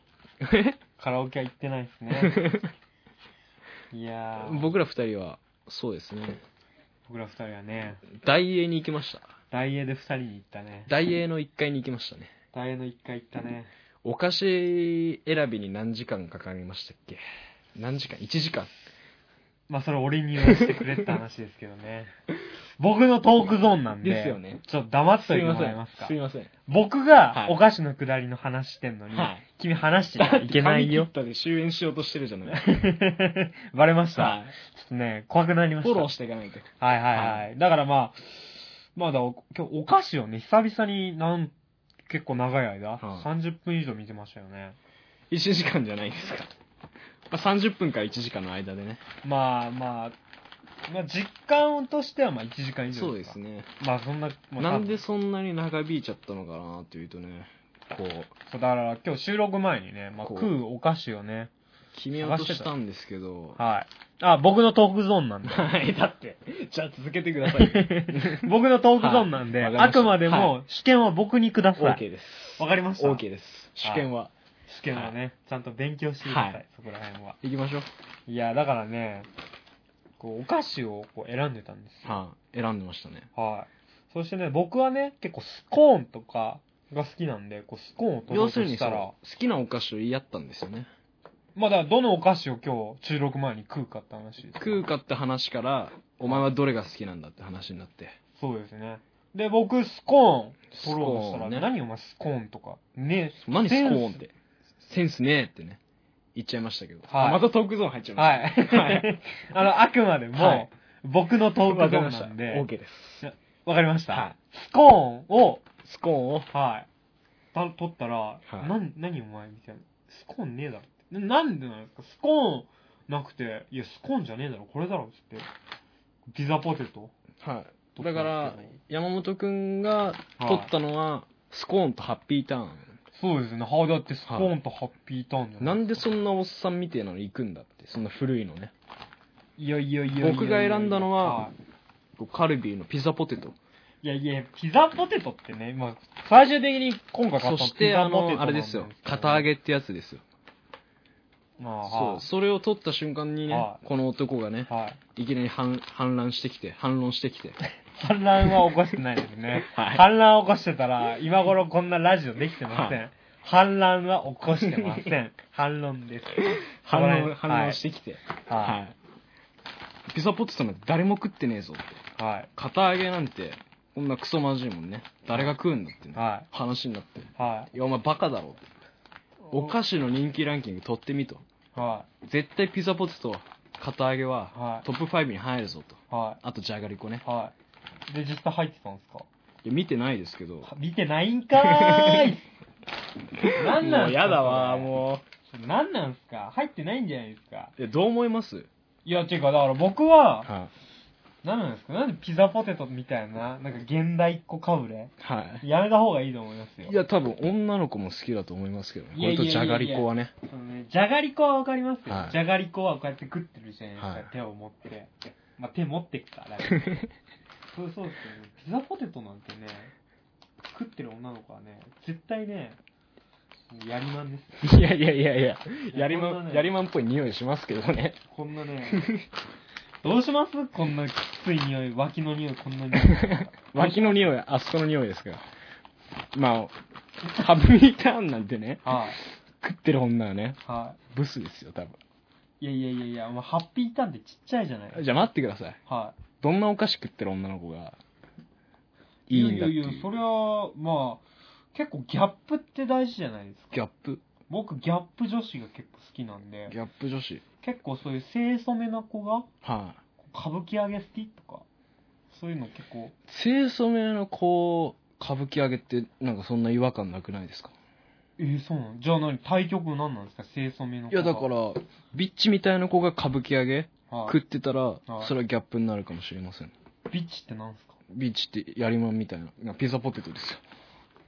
[SPEAKER 1] カラオケは行ってないです ね。いやー、
[SPEAKER 2] 僕ら二人は、そうですね。
[SPEAKER 1] 僕ら2人はね、
[SPEAKER 2] 大英に行きました。
[SPEAKER 1] 大英で2人に行ったね。
[SPEAKER 2] 大英の1階に行きましたね。
[SPEAKER 1] 大英の1回行ったね。
[SPEAKER 2] お菓子選びに何時間かかりましたっけ何時間 ?1 時間。
[SPEAKER 1] まあそれ俺に言わせてくれって話ですけどね。僕のトークゾーンなんで、
[SPEAKER 2] ですよね
[SPEAKER 1] ちょっと黙っ
[SPEAKER 2] す
[SPEAKER 1] とい
[SPEAKER 2] い
[SPEAKER 1] て
[SPEAKER 2] ま
[SPEAKER 1] も
[SPEAKER 2] せ
[SPEAKER 1] らえま
[SPEAKER 2] ん
[SPEAKER 1] すか。。
[SPEAKER 2] すいません。
[SPEAKER 1] 僕
[SPEAKER 2] は
[SPEAKER 1] が
[SPEAKER 2] い
[SPEAKER 1] お菓子のくだりの話してんのに、
[SPEAKER 2] はい
[SPEAKER 1] 君話していけないよ
[SPEAKER 2] 髪切っ。たで終焉しようとしてるじゃない。
[SPEAKER 1] バレました、ち
[SPEAKER 2] は
[SPEAKER 1] ょっとね、怖くなり
[SPEAKER 2] い。
[SPEAKER 1] ま
[SPEAKER 2] フォ
[SPEAKER 1] した。
[SPEAKER 2] ロー
[SPEAKER 1] は
[SPEAKER 2] していかないと。
[SPEAKER 1] いはいはい。だからまあ、まあだお今日お菓子をね、久々になん、結構長い間、
[SPEAKER 2] はい
[SPEAKER 1] 30分以上見てましたよね。
[SPEAKER 2] 1時間じゃないですか。 まあ、30分から1時間の間でね。
[SPEAKER 1] まあまあ、まあ実感としてはまあ1時間以上か
[SPEAKER 2] そうです。ね。
[SPEAKER 1] まあそんな、まあ、
[SPEAKER 2] なんでそんなに長引いちゃったのかなっていうとね、こう、
[SPEAKER 1] そうだから今日収録前にね、まあ、
[SPEAKER 2] こう
[SPEAKER 1] 食うお菓子をね、
[SPEAKER 2] 決めようとしたんですけど、
[SPEAKER 1] はい。あ、僕のトークゾーンなんで。
[SPEAKER 2] はい、 だって、じゃあ続けてく ださい。
[SPEAKER 1] 僕のトークゾーンなんで、
[SPEAKER 2] はいわかりま
[SPEAKER 1] あ
[SPEAKER 2] した
[SPEAKER 1] くまでも試験は僕にください。わ、
[SPEAKER 2] OK です。
[SPEAKER 1] かりました
[SPEAKER 2] OK です。主権は。
[SPEAKER 1] 試験はね、ちゃんと勉強してください、
[SPEAKER 2] はい
[SPEAKER 1] そこら辺は。
[SPEAKER 2] 行きましょう。
[SPEAKER 1] いや、だからね、こうお菓子をこう選んでたんですよ。
[SPEAKER 2] はい、選んでましたね。
[SPEAKER 1] はい。そしてね、僕はね、結構スコーンとかが好きなんで、こうスコーンを取ろ
[SPEAKER 2] 要
[SPEAKER 1] う
[SPEAKER 2] す
[SPEAKER 1] と
[SPEAKER 2] るに
[SPEAKER 1] し
[SPEAKER 2] そ
[SPEAKER 1] た
[SPEAKER 2] の
[SPEAKER 1] ら、
[SPEAKER 2] 好きなお菓子を言い合ったんですよね。
[SPEAKER 1] まあだからどのお菓子を今日収録前に食うかって話ですよ
[SPEAKER 2] 食うかって話から、お前はどれが好きなんだって話になって。
[SPEAKER 1] そうですね。で、僕、スコーン取ろうとした
[SPEAKER 2] スコー
[SPEAKER 1] ら、
[SPEAKER 2] ンね
[SPEAKER 1] 何お前スコーンとか。ね
[SPEAKER 2] 何スコーンっ
[SPEAKER 1] セ
[SPEAKER 2] て。センスねえってね。言っちゃいましたけど。
[SPEAKER 1] はい
[SPEAKER 2] あまたトークゾーン入っちゃいま
[SPEAKER 1] は
[SPEAKER 2] し
[SPEAKER 1] い。
[SPEAKER 2] は
[SPEAKER 1] あの、あくまでも、
[SPEAKER 2] はい
[SPEAKER 1] 僕のトー
[SPEAKER 2] た。
[SPEAKER 1] クゾー
[SPEAKER 2] わ
[SPEAKER 1] ンなんで、わ
[SPEAKER 2] OK です。
[SPEAKER 1] かりました、
[SPEAKER 2] は
[SPEAKER 1] スコーンを、
[SPEAKER 2] い。スコーンを。
[SPEAKER 1] はい。た取ったら、
[SPEAKER 2] い
[SPEAKER 1] なん何お前みたいな。スコーンねえだろって。ななんでなんですかスコーンなくて、いや、スコーンじゃねえだろ、これだろ、つって。ピザポテト。
[SPEAKER 2] はい。
[SPEAKER 1] 取
[SPEAKER 2] だ
[SPEAKER 1] っ
[SPEAKER 2] か
[SPEAKER 1] た
[SPEAKER 2] ら
[SPEAKER 1] んです、
[SPEAKER 2] 山本くんが取ったのは、スコーンとハッピーターン。
[SPEAKER 1] そうですね。はい、だってスコーンとハッピーターンじゃ
[SPEAKER 2] ないんでそんなおっさんみてえなの行くんだって。そんな古いのね。
[SPEAKER 1] いやいやいやいやいや
[SPEAKER 2] 僕が選んだのはいこうカルビーのピザポテト。
[SPEAKER 1] いやいや、ピザポテトってね、まあ、最終的に今回買った
[SPEAKER 2] そ
[SPEAKER 1] の
[SPEAKER 2] し
[SPEAKER 1] ピ
[SPEAKER 2] て、あ
[SPEAKER 1] ザポテト
[SPEAKER 2] の、あれですよ。片揚
[SPEAKER 1] げ。
[SPEAKER 2] げってやつですよ。
[SPEAKER 1] まあ、
[SPEAKER 2] そ
[SPEAKER 1] は
[SPEAKER 2] う。それを取った瞬間にね
[SPEAKER 1] は、い
[SPEAKER 2] この男がね
[SPEAKER 1] い。、はい。
[SPEAKER 2] いきなり反反乱してきて、反論してきて。。
[SPEAKER 1] 反乱は起こしてないですね
[SPEAKER 2] はい
[SPEAKER 1] 反乱を起こしてたら、今頃こんなラジオできてません。
[SPEAKER 2] は
[SPEAKER 1] 反乱は起こしてませ ん。反論です。
[SPEAKER 2] 反
[SPEAKER 1] は
[SPEAKER 2] 論、
[SPEAKER 1] い
[SPEAKER 2] 反論してきて。
[SPEAKER 1] は
[SPEAKER 2] はい。ピザポテトなんて誰も食ってねえぞって。
[SPEAKER 1] い。はい。
[SPEAKER 2] 片揚げなんて、こんなクソまじいもんね。誰が食うんだってね。
[SPEAKER 1] は
[SPEAKER 2] 話になって。
[SPEAKER 1] い。はい
[SPEAKER 2] や、お前バカだろって。お菓子の人気ランキング取ってみと。
[SPEAKER 1] い。は
[SPEAKER 2] 絶対ピザポテト、片揚げは
[SPEAKER 1] は、い
[SPEAKER 2] トップ5に入るぞと。
[SPEAKER 1] い。は
[SPEAKER 2] あとじゃがりこね。
[SPEAKER 1] い。はい。で、実際入ってたんですか
[SPEAKER 2] いや見てないですけど。
[SPEAKER 1] 見てないんかー いなんなんすか
[SPEAKER 2] もうやだわ、
[SPEAKER 1] それ
[SPEAKER 2] も
[SPEAKER 1] なんなんすか入ってないんじゃないですか
[SPEAKER 2] う。いや、どう思います
[SPEAKER 1] いや、ていうか、だから僕は、
[SPEAKER 2] は
[SPEAKER 1] 何なんですかなんでピザポテトみたいな、なんか現代っ子かぶれ
[SPEAKER 2] い。はい。
[SPEAKER 1] やめた方がいいと思いますよ。
[SPEAKER 2] いや、多分女の子も好きだと思いますけどね。
[SPEAKER 1] い
[SPEAKER 2] こ
[SPEAKER 1] やいや
[SPEAKER 2] れと
[SPEAKER 1] いやい
[SPEAKER 2] じ
[SPEAKER 1] や
[SPEAKER 2] ゃがりこはね。
[SPEAKER 1] そのね、じゃがりこはわかりますよ。
[SPEAKER 2] はい
[SPEAKER 1] じゃがりこはこうやって食ってるじゃないですか。
[SPEAKER 2] はい
[SPEAKER 1] 手を持って。まあ、手持ってく から。そうそうですよね。ピザポテトなんてね、食ってる女の子はね、絶対ね、やりまんですよ。
[SPEAKER 2] いやいやいやいや、や
[SPEAKER 1] や
[SPEAKER 2] り
[SPEAKER 1] こ
[SPEAKER 2] ま
[SPEAKER 1] ん
[SPEAKER 2] ん、
[SPEAKER 1] なね
[SPEAKER 2] やりまんっぽい匂いしますけどね。
[SPEAKER 1] こんなね、どうしますこんなきつい匂い、脇の匂い、こんな匂い。
[SPEAKER 2] 脇の匂い、あそこの匂いですから。まあ、ハッピーターンなんてね、
[SPEAKER 1] はい。
[SPEAKER 2] 食ってる女はね、
[SPEAKER 1] は
[SPEAKER 2] ブスですよ、多分。
[SPEAKER 1] い。いやいやいやいや、もうハッピーターンってちっちゃいじゃない。
[SPEAKER 2] じゃあ待ってください。
[SPEAKER 1] は
[SPEAKER 2] どんなお菓子食ってる女の子が、
[SPEAKER 1] い。
[SPEAKER 2] いいんだってい。
[SPEAKER 1] いうやいや、それは、まあ、結構ギャップって大事じゃないですか。
[SPEAKER 2] ギャップ
[SPEAKER 1] 僕、ギャップ女子が結構好きなんで、
[SPEAKER 2] ギャップ女子。
[SPEAKER 1] 結構そういう清楚めな子が、
[SPEAKER 2] はい、
[SPEAKER 1] 歌舞伎揚げ好きとか、そういうの結構、
[SPEAKER 2] 清楚めの子歌舞伎揚げってなんかそんな違和感なくないですか
[SPEAKER 1] えー、そうなのじゃあ何対局何なんですか清楚めの、
[SPEAKER 2] いやだかららビッチみたいな子が歌舞伎揚げ
[SPEAKER 1] はい
[SPEAKER 2] 食ってたら
[SPEAKER 1] い
[SPEAKER 2] それはギャップになるかもしれません
[SPEAKER 1] ビッチってなんですか
[SPEAKER 2] ビッチってやりまんみたいなピザポテトです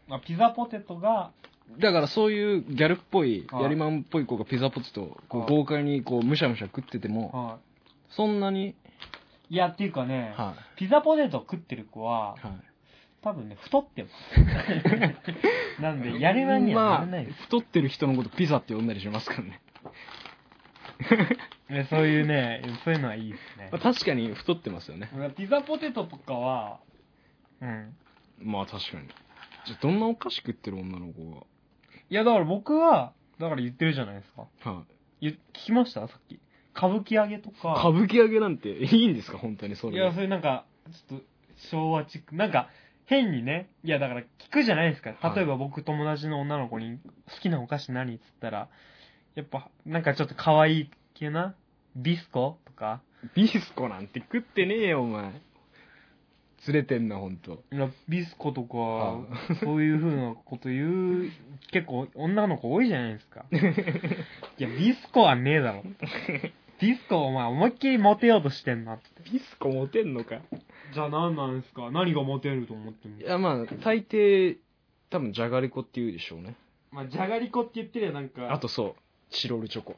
[SPEAKER 2] よ
[SPEAKER 1] あピザポテトが、
[SPEAKER 2] だからそういうギャルっぽい
[SPEAKER 1] はい
[SPEAKER 2] やりまんっぽい子がピザポテトをこ
[SPEAKER 1] は
[SPEAKER 2] う
[SPEAKER 1] い
[SPEAKER 2] 豪快にこうむしゃむしゃ食ってても
[SPEAKER 1] は
[SPEAKER 2] そんなに
[SPEAKER 1] い。いや、っていうかね、
[SPEAKER 2] は、
[SPEAKER 1] ピザポテト食ってる子はい
[SPEAKER 2] はい
[SPEAKER 1] 多分ね、太って ます。なんで、やればにはなれないです。
[SPEAKER 2] まあ太ってる人のことピザって呼んだりしますからね
[SPEAKER 1] えそういうね、そういうのはいいですね
[SPEAKER 2] まあ確かに太ってますよね
[SPEAKER 1] ピザポテトとかは、うん。
[SPEAKER 2] まあ確かにじゃあどんなお菓子食ってる女の子が
[SPEAKER 1] いや、だから僕は、だから言ってるじゃないですか。
[SPEAKER 2] はい
[SPEAKER 1] 言聞きましたさっき。歌舞伎揚げと
[SPEAKER 2] 歌
[SPEAKER 1] か。
[SPEAKER 2] 舞伎揚げなんていいんですか本当にそ
[SPEAKER 1] い
[SPEAKER 2] れ
[SPEAKER 1] や、そういうなんか、ちょっと、昭和チック。なんか、変にね。いや、だから聞くじゃないですか。
[SPEAKER 2] はい
[SPEAKER 1] 例えば僕、友達の女の子に、好きなお菓子何っつったら、やっぱ、なんかちょっと可愛い系な、ビスコとか、
[SPEAKER 2] ビスコなんて食ってねえよお前釣れてんな本当
[SPEAKER 1] いやビスコと
[SPEAKER 2] は
[SPEAKER 1] か、そういう風なこと言う、結構女の子多いじゃないです か。いや、ビスコはねえだろ。ビスコお前思いっきりモテようとしてんなって。
[SPEAKER 2] ビスコモテんのか
[SPEAKER 1] じゃあ何なんですか何がモテると思ってる
[SPEAKER 2] いやまあ大抵多分じゃがりこって言うでしょうね
[SPEAKER 1] まあ、じゃがりこって言ってりゃなんか
[SPEAKER 2] あ、とそうチロルチョコ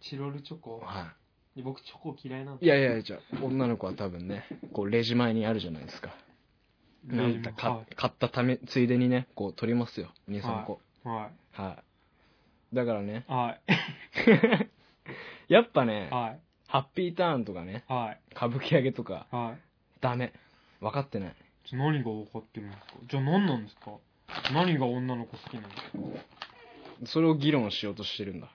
[SPEAKER 1] チロルチョコ。
[SPEAKER 2] は
[SPEAKER 1] 僕チョコ嫌いなん
[SPEAKER 2] いいやいやいやじゃあ女の子は多分ねこうレジ前にあるじゃないですかなんかか買ったためついでにねこう取りますよ23個
[SPEAKER 1] は
[SPEAKER 2] はい、だからね
[SPEAKER 1] い。は
[SPEAKER 2] やっぱね
[SPEAKER 1] い。はい。
[SPEAKER 2] ハッピーターンとかね
[SPEAKER 1] はい。
[SPEAKER 2] 歌舞伎揚げとか
[SPEAKER 1] はい。
[SPEAKER 2] ダメ分かってない
[SPEAKER 1] じゃあ何が分かってるんですかじゃあ何なんですか何が女の子好きなんですか
[SPEAKER 2] それを議論しようとしてるんだ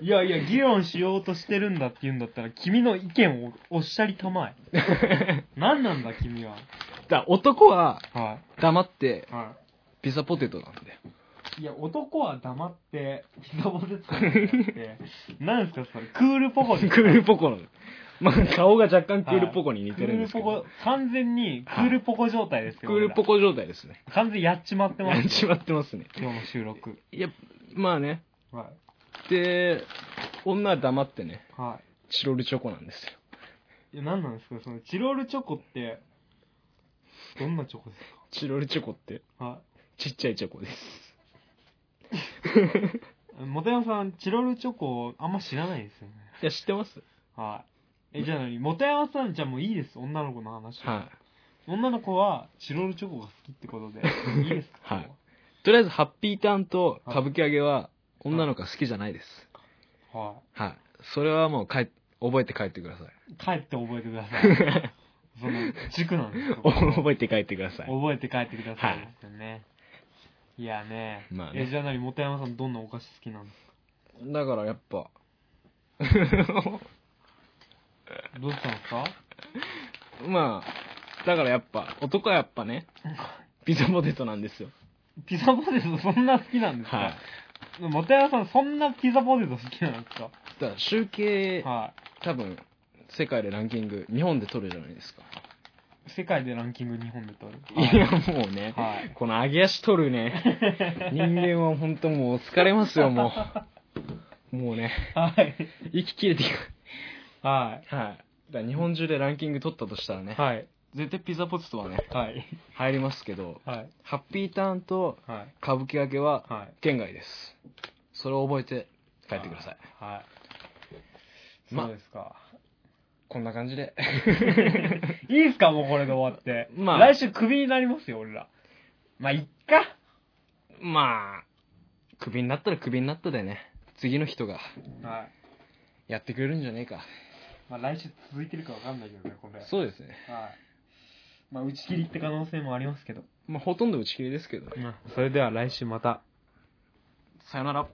[SPEAKER 1] いやいや、議論しようとしてるんだって言うんだったら、君の意見をおっしゃりたまえ。 何なんだ、君は。
[SPEAKER 2] だ男は
[SPEAKER 1] は
[SPEAKER 2] 黙って
[SPEAKER 1] い。は
[SPEAKER 2] ピザポテトなんで
[SPEAKER 1] い。いや、男は黙って、ひざぼでつかって、何ですか、それ。クールポコ
[SPEAKER 2] ク
[SPEAKER 1] です
[SPEAKER 2] ールポコのまあ顔が若干ク
[SPEAKER 1] はい
[SPEAKER 2] ールポコに似
[SPEAKER 1] ク
[SPEAKER 2] てるん
[SPEAKER 1] ー
[SPEAKER 2] で
[SPEAKER 1] ル
[SPEAKER 2] すけ
[SPEAKER 1] ポ
[SPEAKER 2] ど、
[SPEAKER 1] コ、完全にクールポコ状態です
[SPEAKER 2] ク
[SPEAKER 1] よ。
[SPEAKER 2] ールポ
[SPEAKER 1] コ。
[SPEAKER 2] コ状態ですね
[SPEAKER 1] 完全にやっちまってま
[SPEAKER 2] やっ
[SPEAKER 1] す
[SPEAKER 2] ち
[SPEAKER 1] よ。
[SPEAKER 2] まってますね
[SPEAKER 1] 今日の収録。
[SPEAKER 2] いやまあね
[SPEAKER 1] は
[SPEAKER 2] で女は黙ってね
[SPEAKER 1] い。は
[SPEAKER 2] チロルチョコなんですよ
[SPEAKER 1] い。いや、何なんですか、その、チロルチョコって、どんなチョコです
[SPEAKER 2] チロルチョコって
[SPEAKER 1] かはい。
[SPEAKER 2] ちっちゃいチョコです
[SPEAKER 1] モテヤさん、チロルチョコ、あんま知らないですよね。
[SPEAKER 2] いや知ってます
[SPEAKER 1] はい。え、じゃあ何もてあわさん、じゃあもういいです、女の子の話は。
[SPEAKER 2] はい
[SPEAKER 1] 女の子は、チロルチョコが好きって ことで。いいですか
[SPEAKER 2] はい。とりあえずハッピーターンと歌舞伎揚げは女の子は好きじゃないです
[SPEAKER 1] は
[SPEAKER 2] はいそれはもう帰っ覚えて帰ってください
[SPEAKER 1] い。帰って覚えてください。 その、塾なんですよ。
[SPEAKER 2] お 覚えて書いてください。
[SPEAKER 1] 覚えて帰ってください
[SPEAKER 2] はい
[SPEAKER 1] ですよね。いやね。
[SPEAKER 2] まあね
[SPEAKER 1] え、じゃあ何もてあわさん、どんなお菓子好きなんです
[SPEAKER 2] だからやっぱ、
[SPEAKER 1] かどうしたんですか
[SPEAKER 2] まあ、だからやっぱ、男はやっぱ ね、ピザポテトなんですよ。
[SPEAKER 1] ピザポテトそんな好きなんです
[SPEAKER 2] はい
[SPEAKER 1] か。もてあわさん、そんなピザポテト好きなんですか
[SPEAKER 2] だから集計、
[SPEAKER 1] は
[SPEAKER 2] 多分、世界でランキング、日本で取るじゃないですか。
[SPEAKER 1] い。世界でランキング日本で取る。
[SPEAKER 2] い、や、もうね、
[SPEAKER 1] はい
[SPEAKER 2] この揚げ足取るね、 人間は本当もう疲れますよ、も う。もうね、
[SPEAKER 1] はい。
[SPEAKER 2] 息切れていく。
[SPEAKER 1] は
[SPEAKER 2] はい。だから日本中でランキング取ったとしたら
[SPEAKER 1] い。
[SPEAKER 2] ね、
[SPEAKER 1] はい。
[SPEAKER 2] 絶対ピザポテトはね、
[SPEAKER 1] はい。
[SPEAKER 2] 入りますけど、
[SPEAKER 1] はい。
[SPEAKER 2] ハッピーターンと
[SPEAKER 1] はい。
[SPEAKER 2] 歌舞伎揚げは
[SPEAKER 1] はい。
[SPEAKER 2] 県外ですそれを覚えて帰ってください
[SPEAKER 1] はい。
[SPEAKER 2] ま
[SPEAKER 1] そうですか。
[SPEAKER 2] こんな感じで
[SPEAKER 1] いいっすか、もうこれで終わって。
[SPEAKER 2] まあ
[SPEAKER 1] 来週クビになりますよ、俺ら。まあ、いっか。
[SPEAKER 2] まあクビになったらクビになったでね次の人が
[SPEAKER 1] はい。
[SPEAKER 2] やってくれるんじゃねえか
[SPEAKER 1] まあ、来週続いてるかわかんないけどね、これ。
[SPEAKER 2] そうですね
[SPEAKER 1] はい。まあ、打ち切りって可能性もありますけど。
[SPEAKER 2] まあ、ほとんど打ち切りですけどね。
[SPEAKER 1] それでは来週また。
[SPEAKER 2] さよなら。